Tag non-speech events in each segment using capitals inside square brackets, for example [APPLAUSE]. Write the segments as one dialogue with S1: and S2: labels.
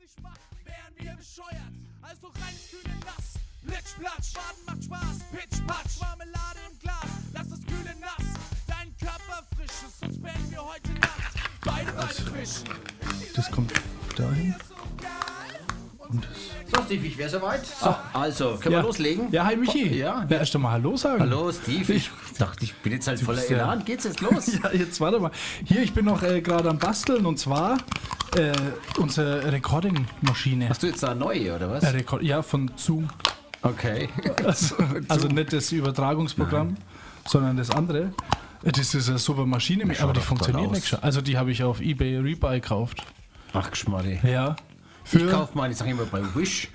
S1: nicht macht, wären wir bescheuert. Also rein ins kühle Nass. Litsch, platsch, Baden macht Spaß. Pitch, patsch, Marmelade im Glas. Lass das kühle Nass. Dein Körper frisch ist, sonst pennen wir heute Nacht. Beide, beide Fischen.
S2: Das kommt dahin. [LAUGHS]
S1: [LAUGHS]
S2: Und das.
S3: So, Steve, ich wäre soweit. So, also, können
S2: Ah. Ja.
S3: wir loslegen?
S2: Ja, hi Michi.
S3: Ja.
S2: Wer erst einmal Hallo sagen?
S3: Hallo, Steve. Ich dachte, ich bin jetzt halt voller
S2: bist ja-
S3: Elan. Geht's jetzt los?
S2: [LAUGHS] Ja, [LAUGHS] jetzt warte mal. Hier, ich bin noch äh, gerade am Basteln und zwar äh, unsere Recording-Maschine.
S3: Hast du jetzt da neu, oder
S2: Äh,
S3: was?
S2: Rekord ja, von
S3: [LAUGHS]
S2: Zoom.
S3: Okay.
S2: Also, also nicht das Übertragungsprogramm, sondern das andere. Äh, Das ist eine super Maschine, aber die
S3: doch
S2: funktioniert
S3: toll
S2: nicht
S3: aus.
S2: schon. Also die habe ich auf Ebay Rebuy gekauft.
S3: Ach, Geschmarri.
S2: Ja.
S3: Ich
S2: Für
S3: kaufe meine Sachen immer bei Wish.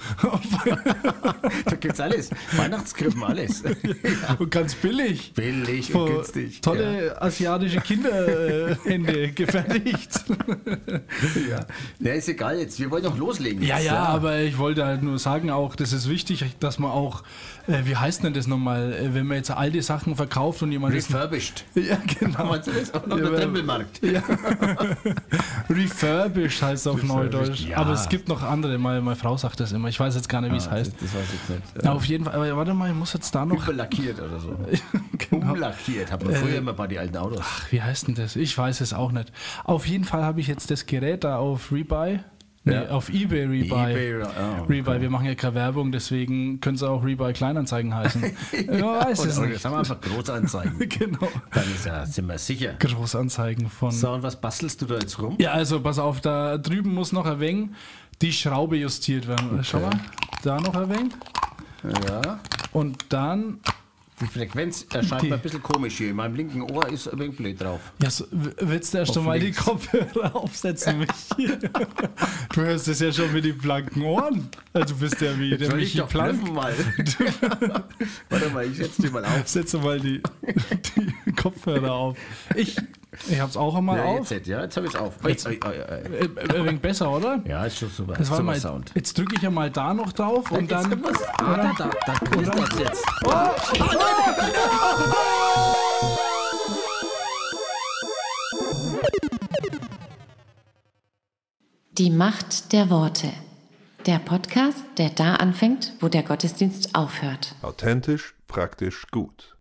S3: da gibt's alles. Weihnachtskrippen, alles.
S2: [LAUGHS] und ganz billig.
S3: Billig und
S2: Für
S3: günstig.
S2: Tolle asiatische Kinderhände [LAUGHS]
S3: [LAUGHS]
S2: gefertigt.
S3: Ja. Ja. ja, ist egal jetzt. Wir wollen doch loslegen.
S2: Ja,
S3: jetzt,
S2: ja, aber ich wollte halt nur sagen auch, das ist wichtig, dass man auch, äh, wie heißt denn das nochmal, äh, wenn man jetzt alte Sachen verkauft und jemand...
S3: Refurbished.
S2: [LAUGHS] ja, genau.
S3: Meinst du das? Auf dem
S2: Ja,
S3: Tempelmarkt.
S2: Refurbished heißt es auf
S3: Refurbished,
S2: Neudeutsch.
S3: ja.
S2: Aber es gibt noch andere, meine, meine Frau sagt das immer. Ich weiß jetzt gar nicht, wie es heißt.
S3: Ah, Das weiß ich jetzt nicht.
S2: Na, auf jeden Fall, aber warte mal, ich muss jetzt da
S3: [LAUGHS]
S2: noch...
S3: Überlackiert oder so.
S2: [LAUGHS] genau.
S3: Umlackiert hat man früher immer bei den alten Autos.
S2: Ach, wie heißt denn das? Ich weiß es auch nicht. Auf jeden Fall habe ich jetzt das Gerät da auf Rebuy. Nee,
S3: Ja.
S2: auf eBay Rebuy.
S3: eBay, ah, okay.
S2: Rebuy, wir machen ja keine Werbung, deswegen können sie auch Rebuy Kleinanzeigen heißen.
S3: [LAUGHS]
S2: ja, weiß
S3: Oder-
S2: es
S3: oder
S2: nicht.
S3: Das haben wir einfach
S2: [LAUGHS]
S3: Großanzeigen.
S2: Genau.
S3: Dann ist ja, sind wir sicher.
S2: Großanzeigen von.
S3: So, und was bastelst du da jetzt rum?
S2: Ja, also pass auf, da drüben muss noch ein wenig die Schraube justiert werden. Schau mal, da noch ein wenig.
S3: Ja.
S2: Und dann,
S3: Die Frequenz erscheint
S2: Die-
S3: mir ein bisschen komisch hier. In meinem linken Ohr ist ein wenig blöd drauf.
S2: ja, so, w- willst du erst einmal die
S3: links.
S2: Kopfhörer [LAUGHS] aufsetzen, Michi? du hörst es ja schon mit den blanken Ohren. Also du bist ja wie der
S3: Soll
S2: Michi Plank. [LAUGHS]
S3: blöffen mal. Warte mal, ich setze die mal auf.
S2: Setze mal die, [LAUGHS] die Kopfhörer auf. Ich, ich hab's auch einmal
S3: Ja,
S2: auf.
S3: jetzt, ja, jetzt habe ich es auf.
S2: Jetzt-
S3: Oi, oi, oi, oi.
S2: Äh, Ein wenig besser, oder?
S3: Ja, ist schon super.
S2: Das war
S3: super
S2: mal,
S3: Sound.
S2: Jetzt drücke ich ja mal da noch drauf und
S3: Jetzt
S2: dann.
S3: kommt was. Ah, da, da, da, da ist das jetzt.
S4: Die Macht der Worte. Der Podcast, der da anfängt, wo der Gottesdienst aufhört.
S5: Authentisch, praktisch, gut.